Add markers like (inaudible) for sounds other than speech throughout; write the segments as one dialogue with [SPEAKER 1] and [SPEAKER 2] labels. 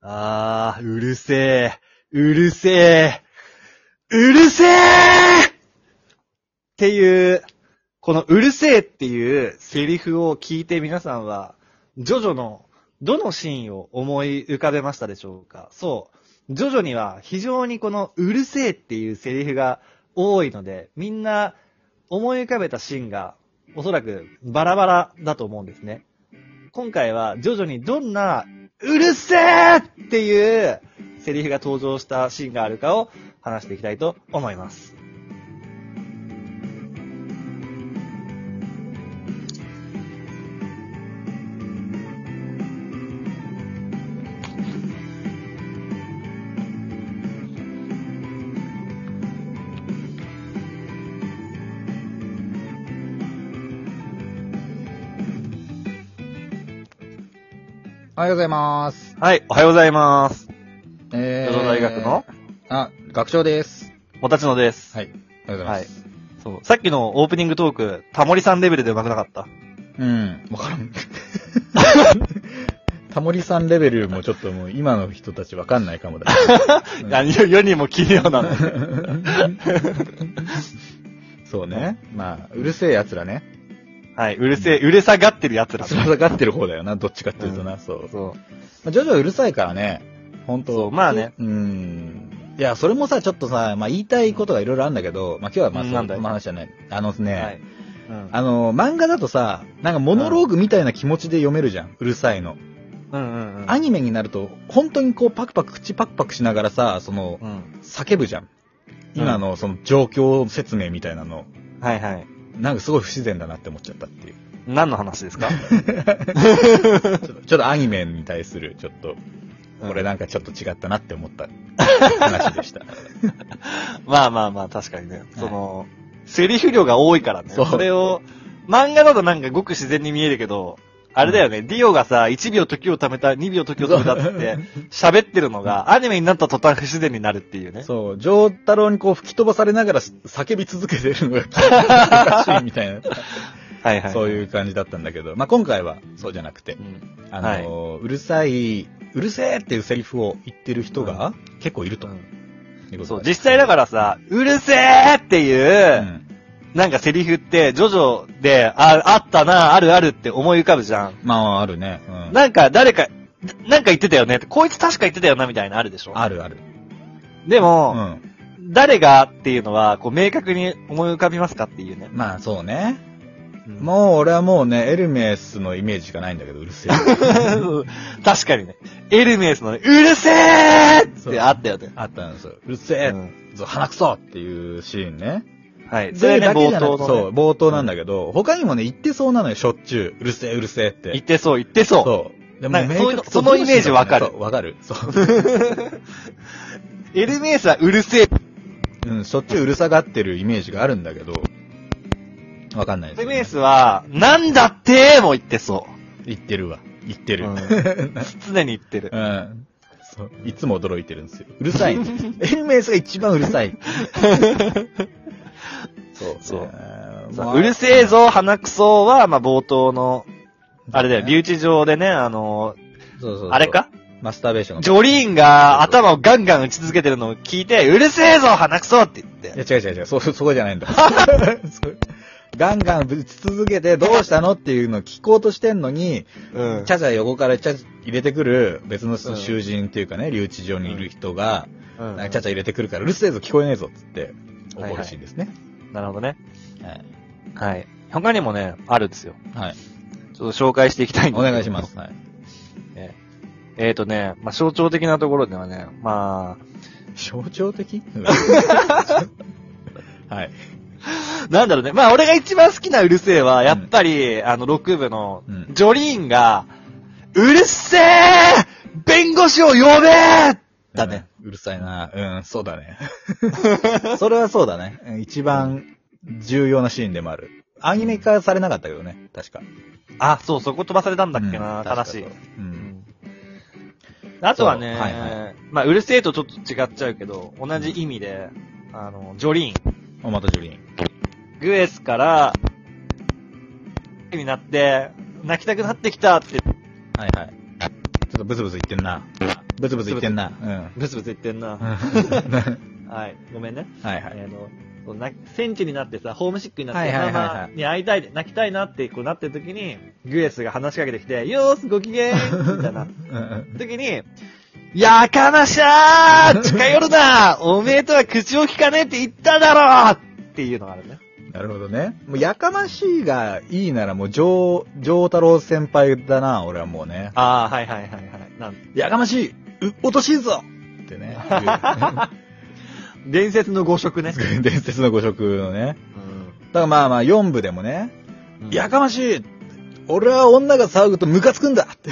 [SPEAKER 1] あー、うるせえ、うるせえ、うるせえっていう、このうるせえっていうセリフを聞いて皆さんは、ジョジョのどのシーンを思い浮かべましたでしょうかそう。ジョジョには非常にこのうるせえっていうセリフが多いので、みんな思い浮かべたシーンがおそらくバラバラだと思うんですね。今回はジョジョにどんなうるせえっていうセリフが登場したシーンがあるかを話していきたいと思います。
[SPEAKER 2] おはようございます。
[SPEAKER 1] はい、おはようございます。
[SPEAKER 2] え
[SPEAKER 1] ジョジョ大学の
[SPEAKER 2] あ、学長です。
[SPEAKER 1] もたちのです。
[SPEAKER 2] はい。おはようございます。
[SPEAKER 1] そう。さっきのオープニングトーク、タモリさんレベルで上手くなかった。
[SPEAKER 2] うん、わからん。 (laughs) タモリさんレベルもちょっともう今の人たちわかんないかもだ。
[SPEAKER 1] (laughs)
[SPEAKER 2] うん
[SPEAKER 1] あ世世にも奇妙 (laughs) なの。
[SPEAKER 2] そうね。まあ、うるせえ奴らね。
[SPEAKER 1] はい、うるせえ、うるさがってる奴ら。
[SPEAKER 2] つら下がってる方だよな、どっちかっていうとな、そう。
[SPEAKER 1] そう。
[SPEAKER 2] まあ、ジョジョうるさいからね。本当
[SPEAKER 1] そうまあね。
[SPEAKER 2] うん。いや、それもさ、ちょっとさ、まあ言いたいことがいろいろあるんだけど、まあ今日はまあ
[SPEAKER 1] うん
[SPEAKER 2] そ
[SPEAKER 1] なんだい
[SPEAKER 2] の話じゃない。あのね、
[SPEAKER 1] はい。うん。
[SPEAKER 2] あの、漫画だとさ、なんかモノローグみたいな気持ちで読めるじゃん。うるさいの。
[SPEAKER 1] うんうんうん。
[SPEAKER 2] アニメになると、本当にこうパクパク、口パクパクしながらさ、その、
[SPEAKER 1] うん。
[SPEAKER 2] 叫ぶじゃん。今のその状況説明みたいなの、
[SPEAKER 1] はいはい。
[SPEAKER 2] なんかすごい不自然だなって思っちゃったっていう。
[SPEAKER 1] 何の話 (laughs) ですか
[SPEAKER 2] ちょっと (laughs) ちょっとアニメに対する、ちょっと、これなんかちょっと違ったなって思った話でした。
[SPEAKER 1] (laughs) まあまあまあ、確かにね。その、セリフ量が多いからね。
[SPEAKER 2] そう
[SPEAKER 1] それを、漫画だとなんかごく自然に見えるけど、あれだよね、ディオがさ、1秒時を止めた、2秒時を止めたって、喋ってるのが、アニメになった途端不自然になるっていうね。
[SPEAKER 2] そう、ジョータロウにこう吹き飛ばされながら叫び続けてるのがおかしいみたい
[SPEAKER 1] はいは
[SPEAKER 2] な、
[SPEAKER 1] い。
[SPEAKER 2] そう
[SPEAKER 1] う。
[SPEAKER 2] いう感じだったんだけど、まあ今回はそうじゃなくて、
[SPEAKER 1] ん。
[SPEAKER 2] あのーうるさい、うるせえっていうセリフを言ってる人が結構いると。いうこと
[SPEAKER 1] そう、
[SPEAKER 2] で
[SPEAKER 1] 実際だからさ、うるせえっていう、
[SPEAKER 2] うん
[SPEAKER 1] なんかセリフって、ジョジョで、あ、あったな、あるあるって思い浮かぶじゃん。
[SPEAKER 2] まあ、あるね。うん。
[SPEAKER 1] なんか誰か、なんか言ってたよねって、こいつ確か言ってたよな、みたいなあるでしょ
[SPEAKER 2] あるある。
[SPEAKER 1] で
[SPEAKER 2] う
[SPEAKER 1] も、
[SPEAKER 2] ん。
[SPEAKER 1] 誰がっていうのは、こう、明確に思い浮かびますかっていうね。
[SPEAKER 2] まあ、そうね。
[SPEAKER 1] も
[SPEAKER 2] もう、俺はもうね、エルメスのイメージしかないんだけど、うるせえ。
[SPEAKER 1] (laughs) うん、確かにね。エルメスのね、うるせえってあったよね。
[SPEAKER 2] あったんですよ。うるせ
[SPEAKER 1] う
[SPEAKER 2] え、
[SPEAKER 1] ん
[SPEAKER 2] そう鼻くそっていうシーンね。
[SPEAKER 1] はい。それね、
[SPEAKER 2] だけ
[SPEAKER 1] 冒
[SPEAKER 2] じゃなく
[SPEAKER 1] 頭の、ね。
[SPEAKER 2] そう、冒頭なんだけど、他にもね、言ってそうなのよ、しょっちゅう。うるせえ、うるせえっ。
[SPEAKER 1] 言っててそう、言ってそう。
[SPEAKER 2] そう。で
[SPEAKER 1] なんかそういうの
[SPEAKER 2] 明確
[SPEAKER 1] そのイメージわかる
[SPEAKER 2] そうわかる。そう。
[SPEAKER 1] エルメスはうるせえ。
[SPEAKER 2] うん、しょっちゅううるさがってるイメージがあるんだけど、わかんない
[SPEAKER 1] エ
[SPEAKER 2] です
[SPEAKER 1] ル
[SPEAKER 2] よ
[SPEAKER 1] メ
[SPEAKER 2] ね。
[SPEAKER 1] スは、なんだっても言ってそ
[SPEAKER 2] 言ってるわ。言ってる。
[SPEAKER 1] う
[SPEAKER 2] うんん。 (laughs)
[SPEAKER 1] 常に言ってる。
[SPEAKER 2] そう。いつも驚いてるんですよ。う
[SPEAKER 1] (laughs)
[SPEAKER 2] るさい。エルメスが一番うるさい。そう。
[SPEAKER 1] そう
[SPEAKER 2] えー。
[SPEAKER 1] そううるせえ。ぞ、鼻くそは、まあ、冒頭の、あれだよ、留置場でね、あの、
[SPEAKER 2] そうそうそう
[SPEAKER 1] あれか
[SPEAKER 2] マスターベーションの。
[SPEAKER 1] ジョリーンが頭をガンガン打ち続けてるのを聞いて、うるせえぞ、鼻くそって言って
[SPEAKER 2] い。や、違う違う違う。そう、そこじゃないんだ。 (laughs) そうガンガンぶち続けて、どうしたのっていうのを聞こうとしてんのに、
[SPEAKER 1] うん
[SPEAKER 2] ち。ゃちゃ横からちゃちゃ入れてくる別の
[SPEAKER 1] うん
[SPEAKER 2] 囚人っていうかね、留置場にいる人が、
[SPEAKER 1] うん
[SPEAKER 2] なんかちゃちゃ入れてくるから、うるせえぞ、聞こえねえぞ、つって怒るシーンですね。
[SPEAKER 1] なるほどね。
[SPEAKER 2] はい。
[SPEAKER 1] はい。他にもね、あるんですよ。
[SPEAKER 2] はい。
[SPEAKER 1] ちょっと紹介していきたいん
[SPEAKER 2] (laughs) お
[SPEAKER 1] ですけど
[SPEAKER 2] 願いしま。す。はい。
[SPEAKER 1] (laughs) えっ、とね、まあ、象徴的なところではね、ま
[SPEAKER 2] 象徴的はい。
[SPEAKER 1] あ、なんだろうね。まあ、俺が一番好きなうるせえは、やっぱり、あの、6部の
[SPEAKER 2] う、ん
[SPEAKER 1] ジョリーンが、うるせえ弁護士を呼べだね。
[SPEAKER 2] うん。うるさいな。うん、そうだね。それはそうだね。うん一番重要なシーンでもある。アニメ化されなかったけどね、確か。
[SPEAKER 1] あ、そう、そこ飛ばされたんだっけな、
[SPEAKER 2] うん
[SPEAKER 1] 正しい。
[SPEAKER 2] 確かそうう。
[SPEAKER 1] うんんあとはね、
[SPEAKER 2] そうはいは
[SPEAKER 1] まあ、うるせえとちょっと違っちゃうけど、同じ意味で、あの、ジョリーン。
[SPEAKER 2] お、またジュリーン。
[SPEAKER 1] グエスから、になって、泣きたくなってきたって、
[SPEAKER 2] はいはい。ちょっとブツブツ言ってんな。ブツブツ言ってんな。うん。
[SPEAKER 1] ブツブツ言ってんな。
[SPEAKER 2] は
[SPEAKER 1] はい。ごめんね。
[SPEAKER 2] い (laughs) はい。
[SPEAKER 1] あの、そうな戦地になってさ、ホームシックになって、
[SPEAKER 2] はいはいはいはい
[SPEAKER 1] ママに会いたい、泣きたいなってこうなってる時に、グエスが話しかけてきて、よーす、ご機嫌みた
[SPEAKER 2] (laughs)
[SPEAKER 1] いな。
[SPEAKER 2] うん
[SPEAKER 1] 時に、やかましゃー近寄るなおめえとは口を聞かねえって言っただろっていうのがあるね。
[SPEAKER 2] なるほどね。もう、やかましいがいいならもう、上、上太郎先輩だな、俺はもうね。
[SPEAKER 1] ああ、はいはいはいはい。なん
[SPEAKER 2] やかましいう、落としいぞってね。
[SPEAKER 1] 伝説の誤色ね。
[SPEAKER 2] 言う伝説の五色のね。だからまあまあ、4部でもね、やかましい俺は女が騒ぐとムカつくんだって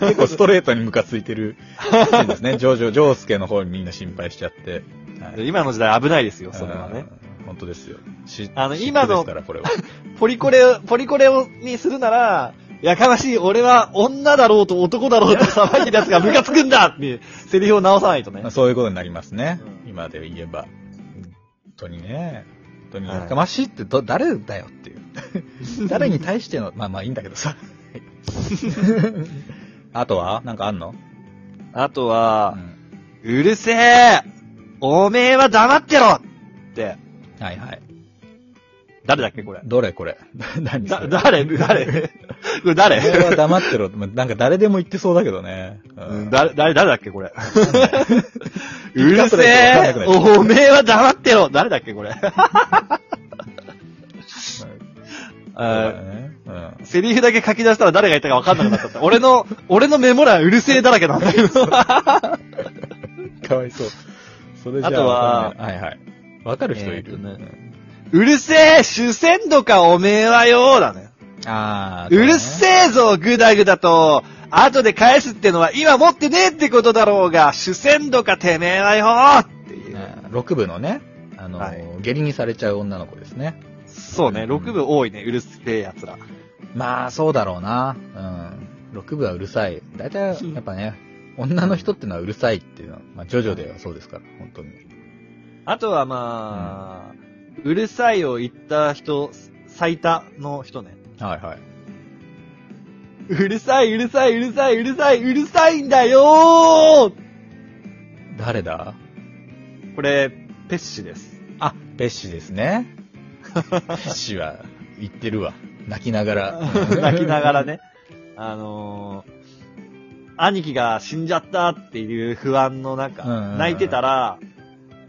[SPEAKER 2] 結構ストレートにムカついてるシーンですね。ジョジョ、ジョースケの方にみんな心配しちゃって。はい
[SPEAKER 1] 今の時代危ないですよ、それはね。。
[SPEAKER 2] うん本当ですよ。し
[SPEAKER 1] あの
[SPEAKER 2] 嫉妬
[SPEAKER 1] 今の
[SPEAKER 2] ですから、これは。
[SPEAKER 1] ポリコレを、ポリコレをにするなら、やかましい、俺は女だろうと男だろうと騒いでる奴がムカつくんだっていうセリフを直さないとね
[SPEAKER 2] (laughs) まあ。そういうことになりますね。
[SPEAKER 1] うん
[SPEAKER 2] 今で言えば。本当にね。本当に
[SPEAKER 1] はい
[SPEAKER 2] やかましいってど誰だよって (laughs) いう。誰に対しての、まあまあいいんだけどさ。はいあとはなんかあんの
[SPEAKER 1] あと
[SPEAKER 2] う
[SPEAKER 1] は、
[SPEAKER 2] ん
[SPEAKER 1] うるせえおめえは黙ってろって、
[SPEAKER 2] はいはい。
[SPEAKER 1] 誰だっけこれ。
[SPEAKER 2] どれこれ (laughs) 何そ
[SPEAKER 1] だ、誰
[SPEAKER 2] れ
[SPEAKER 1] 誰これ誰
[SPEAKER 2] 俺は黙ってろ。まあなんか誰でも言ってそうだけどね。う
[SPEAKER 1] うん
[SPEAKER 2] ん
[SPEAKER 1] 誰、誰、誰だっけこ
[SPEAKER 2] (laughs)
[SPEAKER 1] れ。うるせえ
[SPEAKER 2] ピックアップできるわ
[SPEAKER 1] おめえは黙ってろ誰だっけ
[SPEAKER 2] (laughs)
[SPEAKER 1] これ。あー
[SPEAKER 2] うん
[SPEAKER 1] セリフだけ書き出したら誰が言ったか分かんなくなっちゃった。俺の、俺のメモ欄うるせえだらけなんだけど。
[SPEAKER 2] かわいそう。それじゃ
[SPEAKER 1] あ
[SPEAKER 2] あ。
[SPEAKER 1] とは
[SPEAKER 2] わかんないはいはい。わかる人い
[SPEAKER 1] えー
[SPEAKER 2] る。
[SPEAKER 1] とね (laughs) うるせえ主戦度かおめえはよだね。
[SPEAKER 2] あ
[SPEAKER 1] うるせえぞグダグダと。後で返すってのは今持ってねえってことだろうが、主戦度かてめえはよっていう。
[SPEAKER 2] 6部のね、あのー
[SPEAKER 1] はい
[SPEAKER 2] 下痢にされちゃう女の子ですね。
[SPEAKER 1] そうね、
[SPEAKER 2] うん
[SPEAKER 1] 6部多いね、うるせえ奴ら。
[SPEAKER 2] まあ、そうだろうな。うん。6部はうるさい。大体、やっぱね、女の人ってのはうるさいっていうのは、まあ、ジョジョではそうですから、本当に。
[SPEAKER 1] あとはまあ、うるさいを言った人、最多の人ね。
[SPEAKER 2] はいはい。
[SPEAKER 1] うるさい、うるさい、うるさい、うるさい、うるさいんだよー
[SPEAKER 2] 誰だ
[SPEAKER 1] これ、ペッシです。 (laughs)
[SPEAKER 2] あ、ペッシですね。ペッシは、言ってるわ。泣きながら。
[SPEAKER 1] (laughs) 泣きながら。ね。あのー、兄貴が死んじゃったっていう不安の中、
[SPEAKER 2] うんうんうん
[SPEAKER 1] 泣いてたら、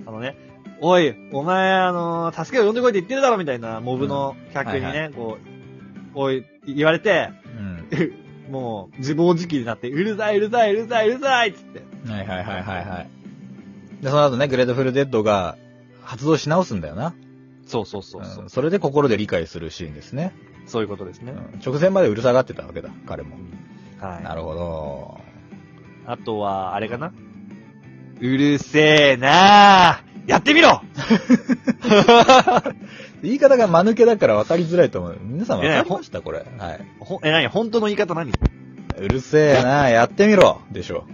[SPEAKER 1] あのね、おい、お前、あのー助けを呼んでこいって言ってるだろみたいな、モブの客にね、
[SPEAKER 2] はい
[SPEAKER 1] こう、おい、言われて、
[SPEAKER 2] うん。
[SPEAKER 1] もう、自暴自棄になって、うるさい、うるさい、うるさい、うるさいっつって。
[SPEAKER 2] はいはいはいはいはい。で、その後ね、グレードフルデッドが発動し直すんだよな。
[SPEAKER 1] そうそうそ
[SPEAKER 2] んそれで心で理解するシーンですね。
[SPEAKER 1] そういうことですね。
[SPEAKER 2] うん直前までうるさがってたわけだ、彼も。な
[SPEAKER 1] はい。
[SPEAKER 2] るほど。 (laughs)
[SPEAKER 1] あとは、あれかなうるせえなあやってみろ
[SPEAKER 2] 言い方が間抜けだから分かりづらいと思う。皆さん分かりましたこれ。はい。
[SPEAKER 1] ほえ、なに本当の言い方何う
[SPEAKER 2] うるせえな、やってみろでしょ。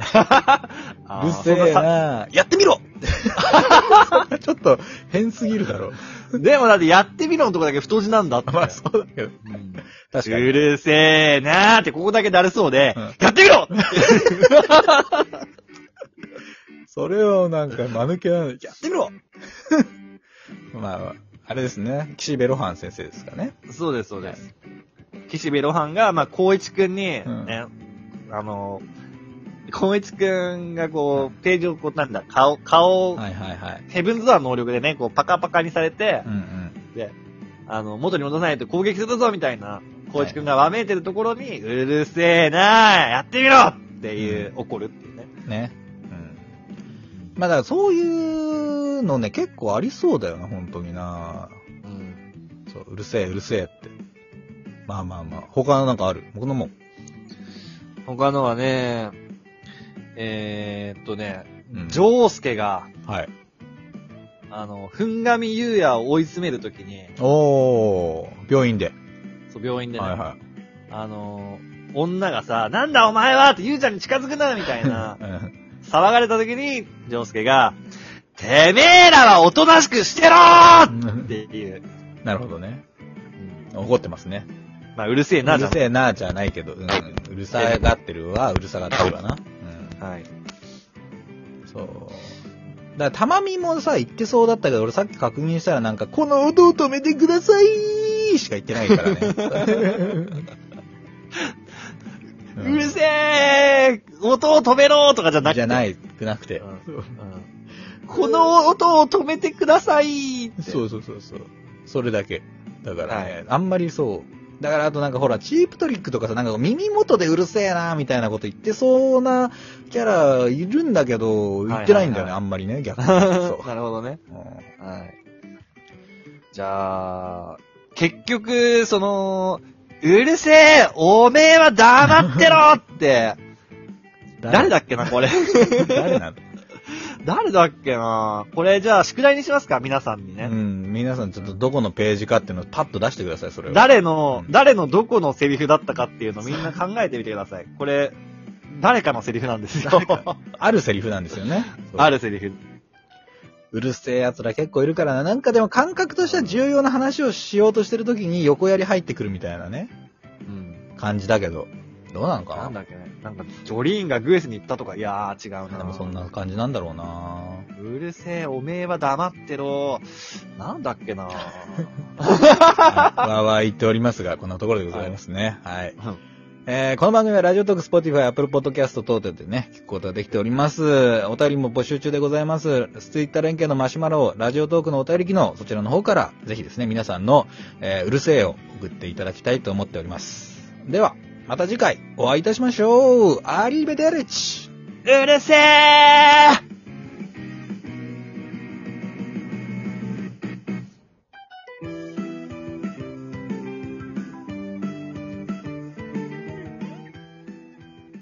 [SPEAKER 2] うるせえな、やってみろちょっと変すぎるだろう。
[SPEAKER 1] (laughs) でもだって、やってみろのとこだけ太字なんだって。 (laughs)
[SPEAKER 2] まあそうだけど。
[SPEAKER 1] うん
[SPEAKER 2] 確か
[SPEAKER 1] う
[SPEAKER 2] に。
[SPEAKER 1] るせえなあって、ここだけだるそうで、
[SPEAKER 2] うん
[SPEAKER 1] やってみろ
[SPEAKER 2] それをなんか間抜けなのに、やって (laughs) みろまあ、あれですね。岸辺露伴先生ですかね。
[SPEAKER 1] (laughs) そうです、そうです。岸辺露伴が、まあ、光一くんに、ね、
[SPEAKER 2] うん
[SPEAKER 1] あの、光一くんがこう、ページをこう、なんだ、顔、顔を、
[SPEAKER 2] はいはいはい。
[SPEAKER 1] ヘブンズドアーの能力でね、こう、パカパカにされて
[SPEAKER 2] う、んうん。
[SPEAKER 1] あの、元に戻さないと攻撃するぞ、みたいな、光一くんがわめいてるところに、うるせえなやってみろっていう、怒るっていうね。
[SPEAKER 2] ね。うん。まあだからそういうのね、結構ありそうだよな、本当にな。
[SPEAKER 1] うん。
[SPEAKER 2] そう、うるせえ、うるせえって。まあまあまあ、他のなんかある。僕のも、
[SPEAKER 1] 他のはね、えー、っとね、
[SPEAKER 2] うん
[SPEAKER 1] ジョースケが、
[SPEAKER 2] はい。
[SPEAKER 1] あの、ふんがみゆうやを追い詰めるときに、
[SPEAKER 2] おー、病院で。
[SPEAKER 1] そう、病院でね、
[SPEAKER 2] はいは、
[SPEAKER 1] あのー女がさ、なんだお前はってゆうちゃんに近づくなみたいな (laughs)
[SPEAKER 2] い。
[SPEAKER 1] 騒がれた時に、ジョウスケが、てめえらはおとなしくしてろー
[SPEAKER 2] うん
[SPEAKER 1] っていう、
[SPEAKER 2] なるほどね。怒ってますね。
[SPEAKER 1] まあ、うるせえ
[SPEAKER 2] う
[SPEAKER 1] な、じゃ
[SPEAKER 2] る
[SPEAKER 1] ん。
[SPEAKER 2] せえなじゃないけど、うん。うるさがってるわ、うるさがってるわな。うん。
[SPEAKER 1] はい。
[SPEAKER 2] そう。だから、たまみもさ、言ってそうだったけど、俺さっき確認したらなんか、この音を止めてくださいしか言ってないからね。
[SPEAKER 1] (laughs) う
[SPEAKER 2] うん
[SPEAKER 1] るせえ音を止めろとかじゃなくて。。
[SPEAKER 2] じゃないい、なくて。
[SPEAKER 1] この音を止めてくださいって (laughs)
[SPEAKER 2] そうそうそうそう。それだけ。だからね、
[SPEAKER 1] は
[SPEAKER 2] あんまりそう。だからあとなんかほら、チープトリックとかさ、なんか耳元でうるせえな、みたいなこと言ってそうなキャラいるんだけど、言ってないんだよ
[SPEAKER 1] はいはいはい
[SPEAKER 2] ね、あんまり
[SPEAKER 1] (laughs)
[SPEAKER 2] ね、逆に。そ
[SPEAKER 1] なるほどね。
[SPEAKER 2] う。うん
[SPEAKER 1] はい。じゃあ、結局、その、うるせえおめえは黙ってろって、誰だっけな、
[SPEAKER 2] (laughs)
[SPEAKER 1] これ。
[SPEAKER 2] 誰なの
[SPEAKER 1] 誰だっけなこれ、じゃあ、宿題にしますか、皆さんに
[SPEAKER 2] う
[SPEAKER 1] ね。
[SPEAKER 2] ん、皆さんちょっとどこのページかっていうのをパッと出してください、それを。
[SPEAKER 1] 誰の、
[SPEAKER 2] うん
[SPEAKER 1] 誰のどこのセリフだったかっていうのをみんな考えてみてください。これ、誰かのセリフなんですよ
[SPEAKER 2] 誰。かあるセリフなんですよね。そう
[SPEAKER 1] あるセリフ。
[SPEAKER 2] うるせえ奴ら結構いるからな。なんかでも感覚としては重要な話をしようとしてる時に横やり入ってくるみたいなね、
[SPEAKER 1] うん。
[SPEAKER 2] 感じだけど。どうなのかな
[SPEAKER 1] なんだっけね。なんか、ジョリーンがグエスに行ったとか、いやー、違うな。
[SPEAKER 2] でもそんな感じなんだろうな
[SPEAKER 1] うるせえ、おめえは黙ってろ。なんだっ (laughs) けな
[SPEAKER 2] はいわーわー言っておりますが、こんなところでございますね。はい。えーこの番組はラジオトーク、スポティファイ、アップルポッドキャスト等々でね、聞くことができております。お便りも募集中でございます。ツイッター連携のマシュマロ、ラジオトークのお便り機能、そちらの方から、ぜひですね、皆さんの、えーうるせえを送っていただきたいと思っております。では、また次回、お会いいたしましょう。アリベデルチ。
[SPEAKER 1] うるせえ